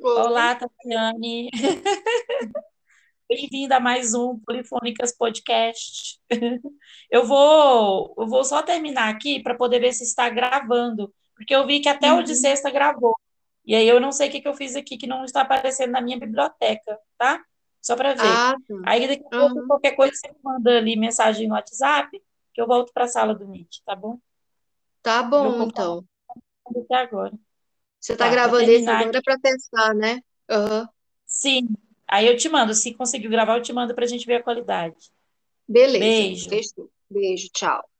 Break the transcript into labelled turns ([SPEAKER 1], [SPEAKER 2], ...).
[SPEAKER 1] Oi.
[SPEAKER 2] Olá, Tatiane. Bem-vinda a mais um Polifônicas Podcast. Eu vou, eu vou só terminar aqui para poder ver se está gravando, porque eu vi que até o de
[SPEAKER 1] Uhum.
[SPEAKER 2] sexta gravou. E aí eu não sei o que que eu fiz aqui que não está aparecendo na minha biblioteca, tá? Só para ver.
[SPEAKER 1] Ah, tá.
[SPEAKER 2] Aí daqui a
[SPEAKER 1] Aham.
[SPEAKER 2] pouco, qualquer coisa, você me manda ali mensagem no WhatsApp, que eu volto para a sala do Meet, tá bom?
[SPEAKER 1] Tá
[SPEAKER 2] Meu
[SPEAKER 1] bom,
[SPEAKER 2] computador
[SPEAKER 1] então.
[SPEAKER 2] até agora.
[SPEAKER 1] Você tá
[SPEAKER 2] Tá, vou
[SPEAKER 1] gravando esse
[SPEAKER 2] terminar
[SPEAKER 1] agora
[SPEAKER 2] aqui.
[SPEAKER 1] para testar, né? Aham.
[SPEAKER 2] Sim, aí eu te mando. Se conseguiu gravar, eu te mando para a gente ver a qualidade.
[SPEAKER 1] Beleza.
[SPEAKER 2] Beijo.
[SPEAKER 1] Fechou. Beijo, tchau.